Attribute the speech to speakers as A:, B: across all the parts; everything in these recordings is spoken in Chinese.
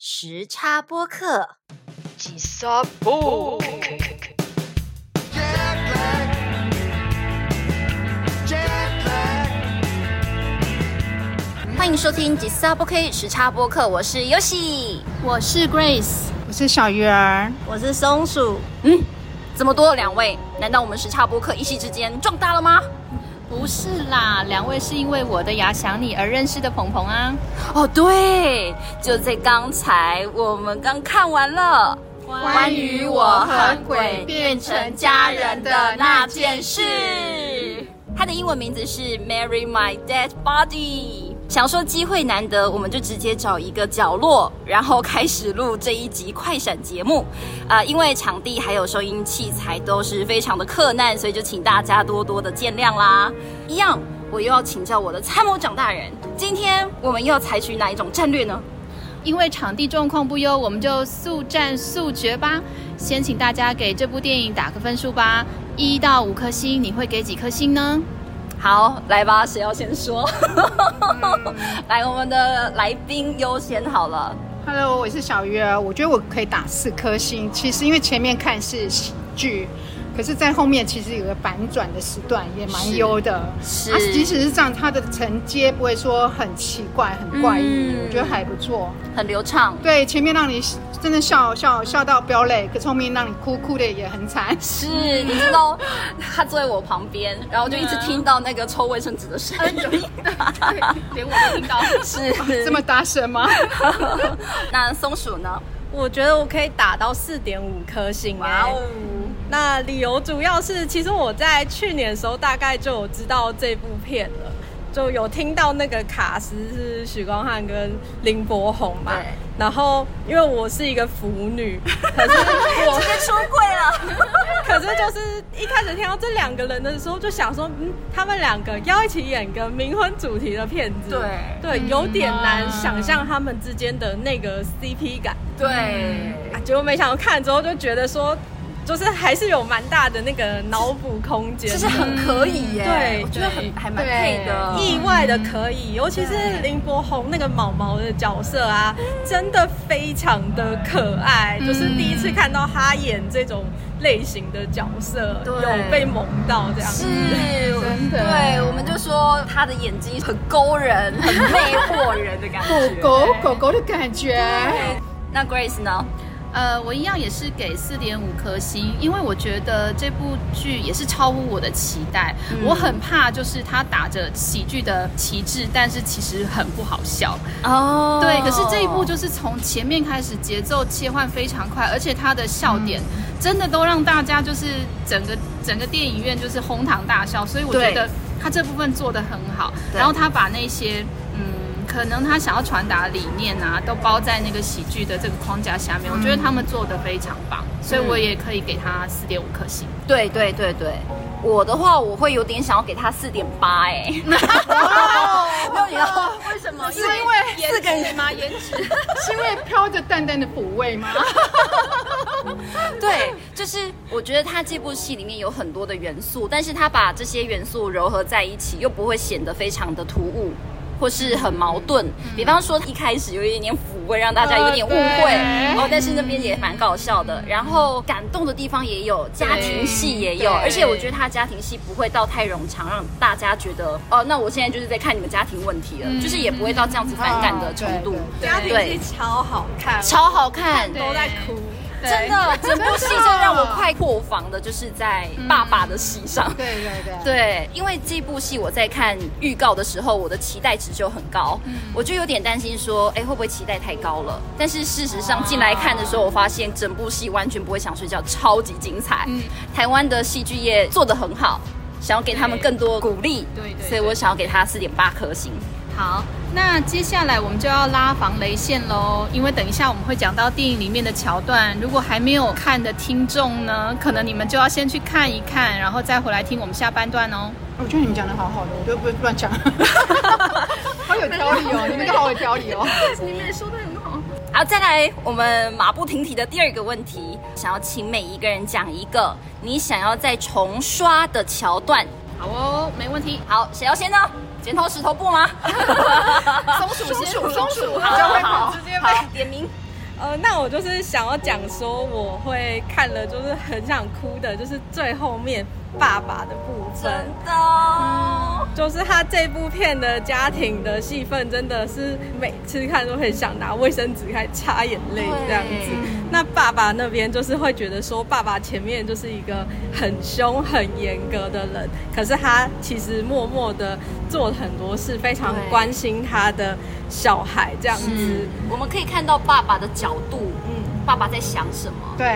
A: 时差播客，
B: 几沙布。
C: Jet lag. Jet lag.
A: 欢迎收听吉萨播 K 时差播客，我是尤喜，
D: 我是 Grace，
E: 我是小鱼儿，
D: 我是松鼠，
A: 怎嗯么多了两位？难道我们时差播客一夕之间壮大了吗？
D: 不是啦，两位是因为我的牙想你而认识的鹏鹏啊。
A: 哦，对，就在刚才，我们刚看完了。
D: 关
A: 于
E: 我和鬼变成家人的那件
A: 事。它的英文名字是 Marry My Dead Body。想说机会难得，我们就直接找一个角落，然后开始录这一集快闪节目。啊、因为场地还有收音器材都是非常的克难，所以就请大家多多的见谅啦。一样，我又要请教我的参谋长大人，今天我们又要采取哪一种战略呢？
D: 因为场地状况不优，我们就速战速决吧。先请大家给这部电影打个分数吧，一到五颗星，你会给几颗星呢？
A: 好，来吧，谁要先说？
F: 嗯
A: 来，我们的来宾优先好了。
E: Hello，我是小鱼儿。我觉得我可以打四颗星。其实因为前面看是喜剧，可是在后面其实有个反转的时段，也蛮优的。
A: 是
E: 啊，即使是这样，它的承接不会说很奇怪、很怪异，
A: 嗯
E: 我觉得还不错。
A: 很流畅，
E: 对，前面让你真的笑笑笑到飙泪，可是后面让你哭哭的也很惨。
A: 是，你知 道他坐在我旁边，然后就一直听到那个抽卫生纸的声音，
D: 连我都听到。
A: 是
E: 这么大声吗？
A: 那松鼠呢？
F: 我觉得我可以打到四点五颗星、哎！
A: 哇哦！
F: 那理由主要是，其实我在去年的时候大概就有知道这部片了，就有听到那个卡斯是许光汉跟林柏宏嘛
A: 对。
F: 然后，因为我是一个腐 女，可是我
A: 被出柜 了，
F: 可是就是一开始听到这两个人的时候，就想说，嗯，他们两个要一起演个冥婚主题的片子，
A: 对
F: 对，有点难
D: 嗯
F: 想象他们之间的那个 CP 感。
A: 对，
F: 啊，结果没想到看之后就觉得说，就是还是有蛮大的那个脑补空间
A: 其
F: 的，
A: 实很可以耶，
F: 嗯对
A: 我觉得很还蛮配的，
F: 意外的可以，尤其是林柏宏那个毛毛的角色啊，真的非常的可爱，
A: 嗯
F: 就是第一次看到他演这种类型的角色，
A: 对
F: 有被萌到这样
A: 是
F: 子。，
E: 真的
A: 对，我们就说他的眼睛很勾人，很魅惑人的感
E: 狗
A: 觉。
E: 狗狗狗的感觉。
A: 那 Grace 呢？
D: 呃，我一样也是给四点五颗星，因为我觉得这部剧也是超乎我的期待。我很怕就是它打着喜剧的旗帜，但是其实很不好笑。
A: 哦
D: 对，可是这一部就是从前面开始节奏切换非常快，而且它的笑点
A: 嗯
D: 真的都让大家就是整个整个电影院就是哄堂大笑，所以我
A: 对
D: 觉得他这部分做得很好。
A: 对
D: 然后他把那些嗯，可能他想要传达的理念啊，都包在那个喜剧的这个框架下面，我
A: 嗯
D: 觉得他们做得非常棒，所以我也可以给他四点五颗星。
A: 对对对对，我的话我会有点想要给他四点八 哎，
D: 哦
A: 没有你知道为什么？
E: 是因为
A: 四个人吗？颜值
E: 是因为飘着淡淡的抚慰吗？
A: 对，就是我觉得他这部戏里面有很多的元素，但是他把这些元素糅合在一起，又不会显得非常的突兀。或是很矛盾，比方说一开始有一点点抚慰，让大家有点误会，
E: 呃
A: 哦，但是那边也蛮搞笑的，然后感动的地方也有，家庭戏也有，
E: 对
A: 而且我觉得他家庭戏不会到太冗长，让大家觉得哦，那我现在就是在看你们家庭问题了，就是也不会到这样子反感的程度，
E: 哦
F: 家庭
A: 对
F: 戏超好看，
A: 超好看，
F: 都在哭，
A: 真 的，整部戏
E: 真的
A: 最让我快破防的就是在爸爸的戏上。
E: 对对对对，
A: 对，因为这部戏我在看预告的时候，我的期待值就很高，
D: 嗯
A: 我就有点担心说，哎，会不会期待太高了？但是事实上进来看的时候，我发现整部戏完全不会想睡觉，超级精彩。
D: 嗯
A: 台湾的戏剧业做得很好，想要给他们更多鼓励，
D: 对对对
A: 所以我想要给他四点八颗星。
D: 好，那接下来我们就要拉防雷线喽，因为等一下我们会讲到电影里面的桥段。如果还没有看的听众呢，可能你们就要先去看一看，然后再回来听我们下半段哦。
E: 我觉得你们讲的好好的，我都不会乱讲，好有条理哦，你们都好有条理哦。
A: 好，再来我们马不停蹄的第二个问题，想要请每一个人讲一个你想要再重刷的桥段。
D: 好哦，没问题。
A: 好，谁要先呢？剪头石头布吗？
E: 松鼠松鼠松鼠，
A: 好
E: 这样会
A: 好
E: 跑
A: 好，直接好点名。
F: 呃，那我就是想要讲说，我会看了就是很想哭的，就是最后面爸爸的部
A: 真
F: 分。
A: 的哦，
F: 就是他这部片的家庭的戏份，真的是每次看都很想拿卫生纸开始擦眼泪这样子
A: 对。
F: 那爸爸那边就是会觉得说，爸爸前面就是一个很凶、很严格的人，可是他其实默默的做很多事，非常
A: 对
F: 关心他的小孩这样子。
A: 我们可以看到爸爸的角度，
F: 嗯，
A: 爸爸在想什么。
E: 对，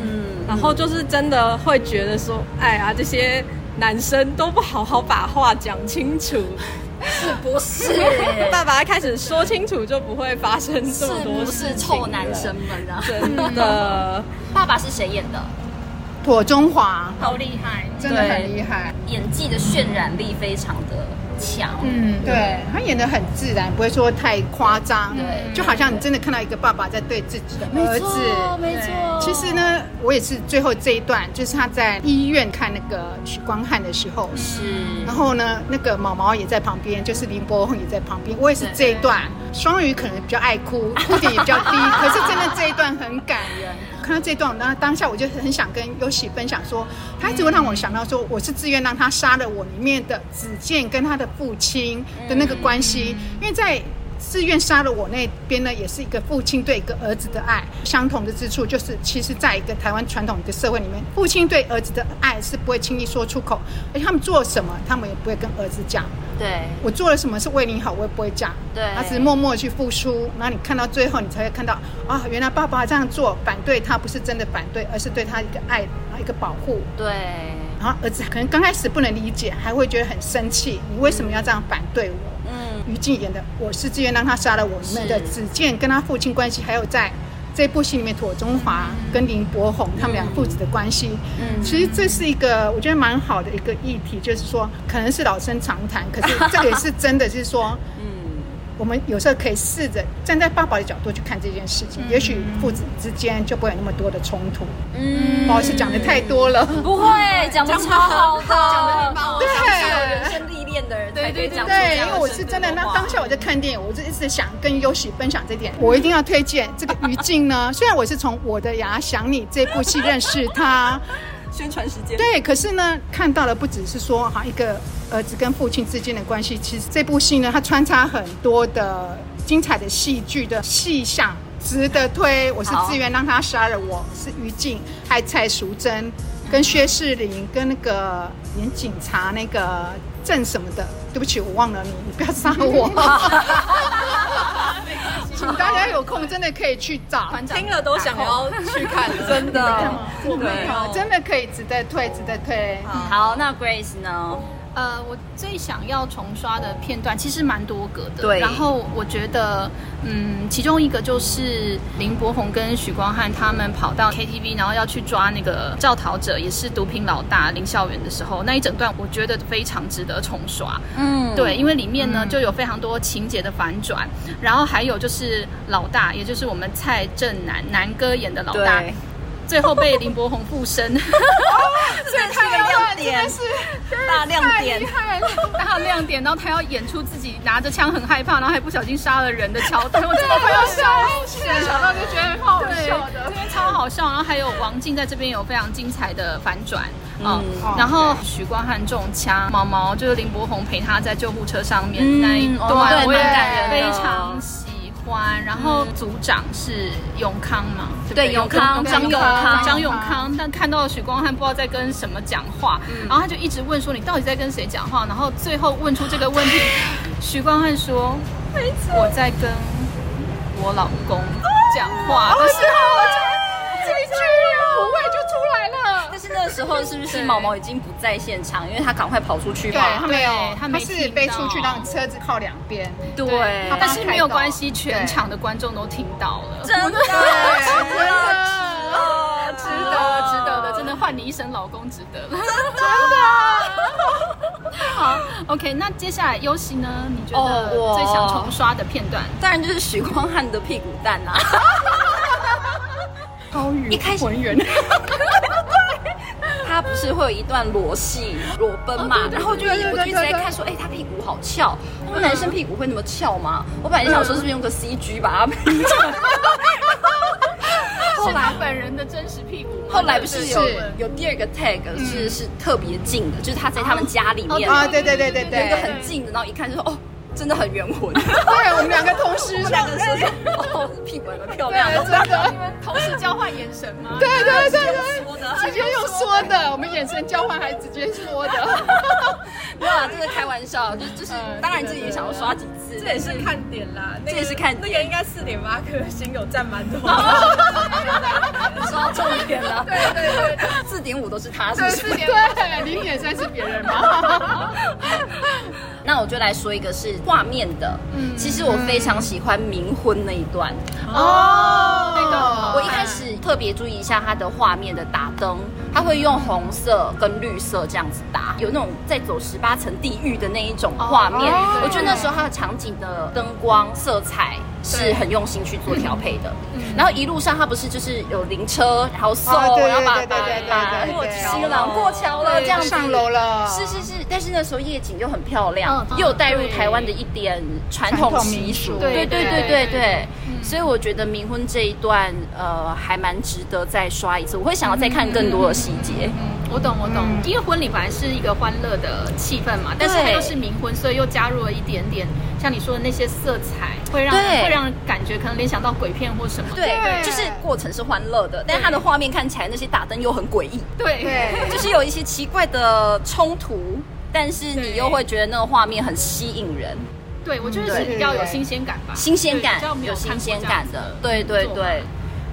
A: 嗯，
F: 然后就是真的会觉得说，哎呀，这些男生都不好好把话讲清楚，
A: 是不是？
F: 爸爸开始说清楚，就不会发生
A: 是
F: 这么多
A: 不
F: 事
A: 是
F: 情
A: 臭男生们啊
F: 了？？真的，
A: 爸爸是谁演的？
E: 妥中华
D: 好厉害，
E: 真的很厉害，
A: 演技的渲染力非常的强。
D: 嗯，
E: 对他演的很自然，不会说太夸张，
A: 对
E: 就好像你真的看到一个爸爸在对自己的儿子。
A: 没错
E: 其实，呢，我也是最后这一段，就是他在医院看那个许光汉的时候，
A: 是
E: 然后呢，那个毛毛也在旁边，就是林柏宏也在旁边。我也是这一段，双鱼可能比较爱哭，哭点也比较低，可是真的这一段很感人。看到这一段，那当下我就很想跟优喜分享说，他一直会让我想到说，我是自愿让他杀了我里面的子健跟他的父亲的那个关系，因为在。自愿杀了我那边呢，也是一个父亲对一个儿子的爱。相同的之处就是，其实在一个台湾传统的社会里面，父亲对儿子的爱是不会轻易说出口，而且他们做什么，他们也不会跟儿子讲。
A: 对
E: 我做了什么是为你好，我也不会讲。
A: 对
E: 他只是默默地去付出，然后你看到最后，你才会看到啊，原来爸爸这样做反对他，不是真的反对，而是对他一个爱，啊一个保护。
A: 对，
E: 然后儿子可能刚开始不能理解，还会觉得很生气，你为什么要这样反对我？
A: 嗯，
E: 于静演的《我是自愿让他杀了我》里面的子健跟他父亲关系，还有在这部戏里面妥中华跟林柏宏他们两父子的关系，
A: 嗯
E: 其实这是一个我觉得蛮好的一个议题，就是说可能是老生常谈，可是这个也是真的，就是说，
A: 嗯，
E: 我们有时候可以试着站在爸爸的角度去看这件事情，也许父子之间就不会有那么多的冲突。
A: 嗯
E: 不好意思，讲的太多了。
A: 不会，讲的超好的，
F: 讲得很棒
A: 对
E: 我相信我
A: 人
E: 人
A: 生历练的人才
F: 才
A: 可
F: 可
A: 以
F: 以
A: 讲
F: 讲
A: 出
F: 出
A: 这
E: 对，因
A: 样
E: 为我是真的，那当下我在看电影，我就一直想跟优喜分享这点。我一定要推荐这个于静呢， 虽然我是从《我的牙想你》这部戏认识她，
F: 宣传时间。
E: 对，可是呢，看到了不只是说哈一个儿子跟父亲之间的关系，其实这部戏呢，它穿插很多的精彩的戏剧的细项，值得推。我是
A: 好
E: 自愿让他杀了我，是于静，还有蔡淑珍，跟薛仕凌，跟那个演警察那个郑什么的，对不起，我忘了你，你不要杀我。 请大家有空真的可以去找，
F: 听了都想要去看了，真的，我没有，
E: 真的可以值得推，值得推。
A: 好，那 Grace 呢？
D: 呃，我最想要重刷的片段其实蛮多个的，
A: 对
D: 然后我觉得，嗯，其中一个就是林柏宏跟许光汉他们跑到 KTV，然后要去抓那个肇逃者，也是毒品老大林孝元的时候，那一整段我觉得非常值得重刷。
A: 嗯，
D: 对，，因为里面呢就有非常多情节的反转，然后还有就是老大，也就是我们蔡正南南哥演的老大，
A: 对，
D: 最后被林柏宏附身。
A: 这是个亮点，大亮点，
D: 大亮点，然后他要演出自己拿着枪很害怕，然后还不小心杀了人的桥段，我真的快要笑死了，想到就觉得好笑的，这边超好笑。然后还有王静在这边有非常精彩的反转。嗯，
A: 哦
D: 然后许光汉中枪，毛毛就是林柏宏陪他在救护车上面、
A: 嗯
D: 那一
A: 哦对
D: 段，我也
A: 蛮感人的
D: 非常喜欢。然后组长是永康嘛，
A: 嗯
D: 对不
A: 对永康张永康
D: 张永康，但看到许光汉不知道在跟什么讲话，
A: 嗯
D: 然后他就一直问说你到底在跟谁讲话？然后最后问出这个问 题，许光汉说我在跟我老公
A: 哦
D: 讲话哦的时候，这一句我味就出来了。
A: 但是那个时候是不是毛毛已经不在现场，因为他赶快跑出去
E: 对
A: 嘛
E: 他？没有
D: 对，他没
E: 是
D: 听到
E: 被出去让车子靠两边。
A: 对
E: 他
D: 但
E: 把
D: 是没有关系，全场的观众都听到了，
A: 真的，
E: 真的
A: 的，值
D: 值得，值得的，真的换你一身老公值得了，真的。 好，OK，那接下来优喜呢？你觉
A: 哦我
D: 得最想重刷的片段？
A: 当然就是许光汉的屁股蛋啊！
E: 超
A: 一
E: 鱼
A: 开始
E: 浑圆，
A: 他不是会有一段裸戏、裸奔嘛？然后我就一我就一直在看说，哎，他屁股好翘。我嗯 哦们男生屁股会那么翘吗？我本来想说是不是用个 CG 把它拼成，然后
D: 本人的真实屁股吗？
A: 后来不是有
E: 是
A: 有第二个 tag 是、是特别近的，就是他在他们家里面、
E: 啊，对对对对
A: 有一个
E: 对，
A: 很近的，然后一看就说哦，真的很圆 浑。
E: 对我们两个同时
A: 我们两个人说哦，屁股很漂亮，
D: 对，真的，你们同时交换眼神吗？
E: 对对对对，
A: 说的。
E: 直接用说的，我们眼神交换还直接说的。
A: 没有啊，这是开玩笑，就就是
E: 嗯
A: 当然自己也想要刷几次，
F: 这也是看点啦，那个
A: 这也是看点
F: 那个应该四点八颗星有占蛮多的。
A: 刷重点了。对对对，四点五都是他，是不是？
E: 对，零点三是别人吗？
A: 那我就来说一个是画面的，嗯，其实我非常喜欢冥婚那一段，
E: 哦，那
A: 我一开始特别注意一下它的画面的打灯，它会用红色跟绿色这样子打，有那种在走十八层地狱的那一种画面。
E: 哦
A: 我觉得那时候它的场景的灯光色彩是很用心去做调配的。然后一路上它不是就是有灵车，然后送，
E: 哦对
A: 然后把
E: 对对
A: 把
E: 对对
A: 把
E: 对
A: 过
E: 对
A: 新郎过桥了
D: 对
A: 这样子
E: 上楼。了，
A: 是是是，但是那时候夜景又很漂亮，
D: 嗯
A: 又带入台湾的一点传统习俗，
E: 传统
A: 对
E: 民
A: 对
E: 俗
A: 对
D: 对
A: 对对，所以我觉得冥婚这一段呃还蛮值得再刷一次，我会想要再看更多的细节，
D: 我懂，我懂，
E: 嗯
D: 因为婚礼本来是一个欢乐的气氛嘛，但是它又是冥婚，所以又加入了一点点像你说的那些色彩，会让
A: 对
D: 会让人感觉可能联想到鬼片或什么。
A: 对
E: 对
A: 就是过程是欢乐的，但是它的画面看起来那些打灯又很诡异，
D: 对
E: 对，
A: 就是有一些奇怪的冲突，但是你
D: 对
A: 又会觉得那个画面很吸引人，
D: 对，我觉得是比较有新鲜感吧，
A: 新鲜感
D: 对比较，没
A: 有
D: 有
A: 新
D: 看过
A: 鲜
D: 这
A: 感
D: 样子
A: 的，对对
D: 做法
A: 对。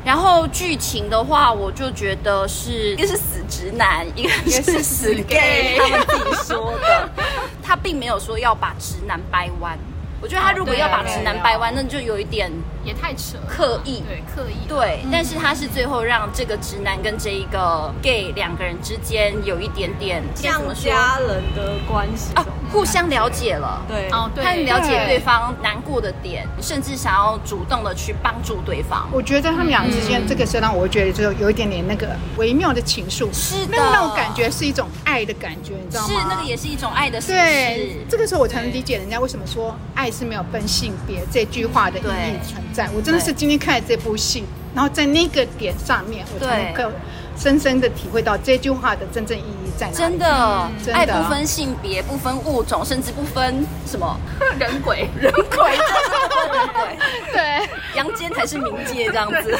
A: 然后剧情的话，我就觉得是一个是死直男，一个
E: 也
A: 是
E: 是
A: 死
E: 死
A: gay，
E: gay
A: 他们自己说 的。他并没有说要把直男掰弯，我觉
D: 哦
A: 得他如果要
D: 啊
A: 把直男掰弯，那就有一点
D: 也太扯了，
A: 刻意
D: 对刻意，
A: 对。但是他是最后让这个直男跟这一个 gay 两个人之间有一点点该怎
F: 像
A: 么说
F: 家人的关系
A: 啊
F: 中，，
A: 互相了解了。
F: 对，
D: 哦对，
A: 他很了解
E: 对
A: 对方难过的点，甚至想要主动的去帮助对方。
E: 我觉得他们俩之间，这个时候让我觉得就有一点点那个微妙的情愫，
A: 是的
E: 那那种感觉是一种爱的感觉，你知道
A: 是
E: 吗？
A: 那个也是一种爱的形
E: 对
A: 式，。
E: 这个时候我才能理解人家为什么说爱是没有分性别这句话的意义存在。我真的是今天看了这部戏，然后在那个点上面，我才能够深深的体会到这句话的真正意义在哪里。嗯
A: 真的，
E: 真的
A: 爱不分性别，不分物种，甚至不分什 么
D: 人鬼，
A: 人鬼，真的不分人鬼，
E: 对，
A: 阳间才是冥界这样子。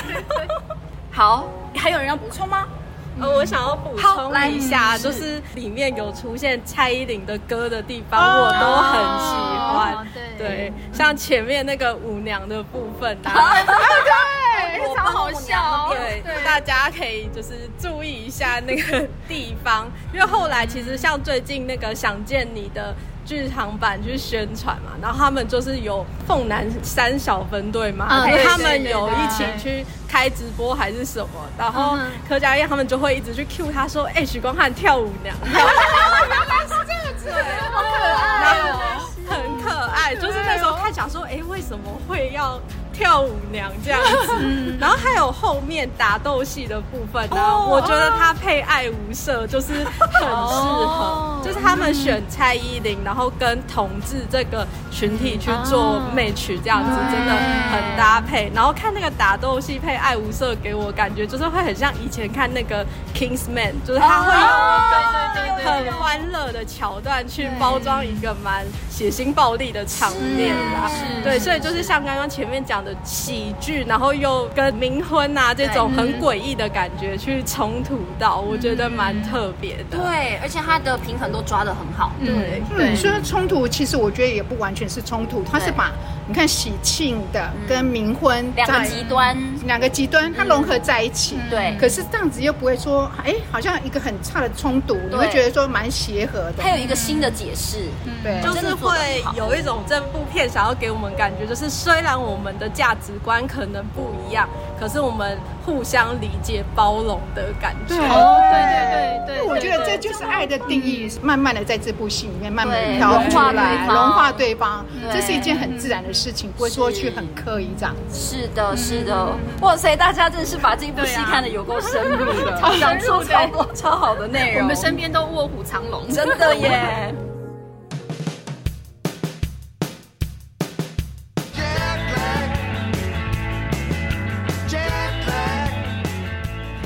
A: 好，还有人要补充吗？
F: 呃，我想要补
A: 好来
F: 充一下，
A: 是
F: 就是里面有出现蔡依林的歌的地方，
E: 哦
F: 我都很喜欢。
D: 对
F: 对，像前面那个舞娘的部分 啊，
A: 啊，
D: 对非常好笑哦，
F: 对，大家可以就是注意一下那个地方，因为后来其实像最近那个《想见你》的剧场版去宣传嘛，然后他们就是有凤南三小分队嘛，
D: 嗯
F: 然后他
D: 对对
F: 们
D: 对
F: 有一起
D: 对
F: 去开直播还是什么，然后
D: 嗯
F: 柯佳燕他们就会一直去 cue 他说：“哎、许光汉跳舞 娘。”
D: 哦好可爱哦。
F: 很可爱，就是那时候看想说，哎、为什么会要跳舞娘这样 子？然后还有后面打斗戏的部分呢、
D: 哦
F: 我觉得她配爱无色就是很适
D: 哦
F: 合，就是他们选蔡依林，然后跟同志这个群体去做
D: 嗯
F: match 这样子，
D: 对
F: 真的很搭配。然后看那个打斗戏配爱无色，给我感觉就是会很像以前看那个 Kingsman，就是他会有一个很欢乐的桥段去包装一个蛮血腥暴力的场面啦
D: 是。
F: 对，
D: 是
F: 所以就是像刚刚前面讲的喜剧，然后又跟冥婚啊这种
D: 对
F: 很诡异的感觉去冲突到，
D: 嗯
F: 我觉得蛮特别的。
A: 对，哎而且他的平衡都抓得很好。
D: 对
E: 嗯，所以冲突其实我觉得也不完全是冲突，它是把你看喜庆的跟冥婚
A: 嗯两个
E: 在
A: 极端，嗯
E: 两个极端它融合在一起。
A: 对
E: 可是这样子又不会说，哎，好像一个很差的冲突，你会
A: 对
E: 觉得说蛮协和的。
A: 还有一个新的解释，
E: 对，
F: 就是会有一种这部片想要给我们感觉，就是虽然我们的价值观可能不一样，可是我们互相理解、包容的感觉。
D: 哦对对对对
E: 我觉得
D: 对
E: 这就是爱的定义，慢慢的在这部戏里面慢慢
A: 嗯对
E: 地调出来，
A: 融化对方
E: 融化对方，
A: 对
E: 这是一件很自然的事情，不会说去很刻意这样。
A: 是的，
E: 嗯
A: 是的，哇塞，大家真的是把这部戏
E: 啊
A: 看的有够深入 的，讲出超多超好的内容，
D: 我们身边都卧虎藏龙，
A: 真的耶。
C: Jet lag. Jet lag.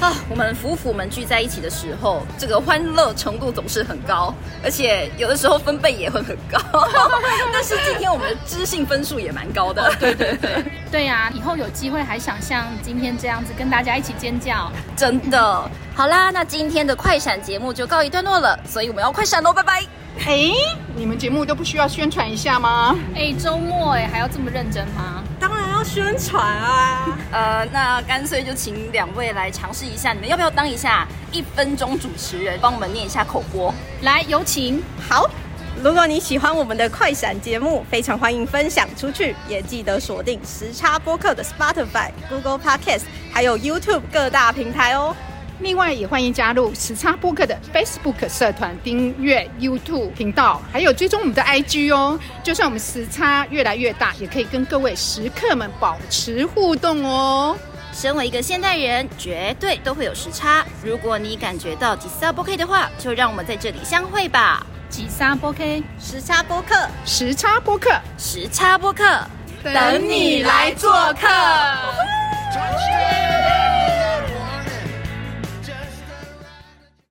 A: 啊，我们夫妇们聚在一起的时候，这个欢乐程度总是很高，而且有的时候分贝也会很 高。但是今天我们的知性分数也蛮高的。哦对对对，
D: 对呀、以后有机会还想像今天这样子跟大家一起尖叫。
A: 真的。好啦，那今天的快闪节目就告一段落了，所以我们要快闪喽，拜拜。
E: 哎，你们节目都不需要宣传一下吗？
D: 哎，周末哎还要这么认真吗？
F: 当然要宣传啊！
A: 呃，那干脆就请两位来尝试一下，你们要不要当一下一分钟主持人，帮我们念一下口播？
D: 来，有请。
F: 好，如果你喜欢我们的快闪节目，非常欢迎分享出去，也记得锁定时差播客的 Spotify、Google Podcast，还有 YouTube 各大平台哦。
E: 另外，也欢迎加入时差播客的 Facebook 社团，订阅 YouTube 频道，还有追踪我们的 IG 哦。就算我们时差越来越大，也可以跟各位食客们保持互动哦。
A: 身为一个现代人，绝对都会有时差。如果你感觉到吉萨波 K 的话，就让我们在这里相会吧。
D: 吉萨波 K，
F: 时差播客，
E: 时差播客，
A: 时差播客，
E: 等
A: 你来做客。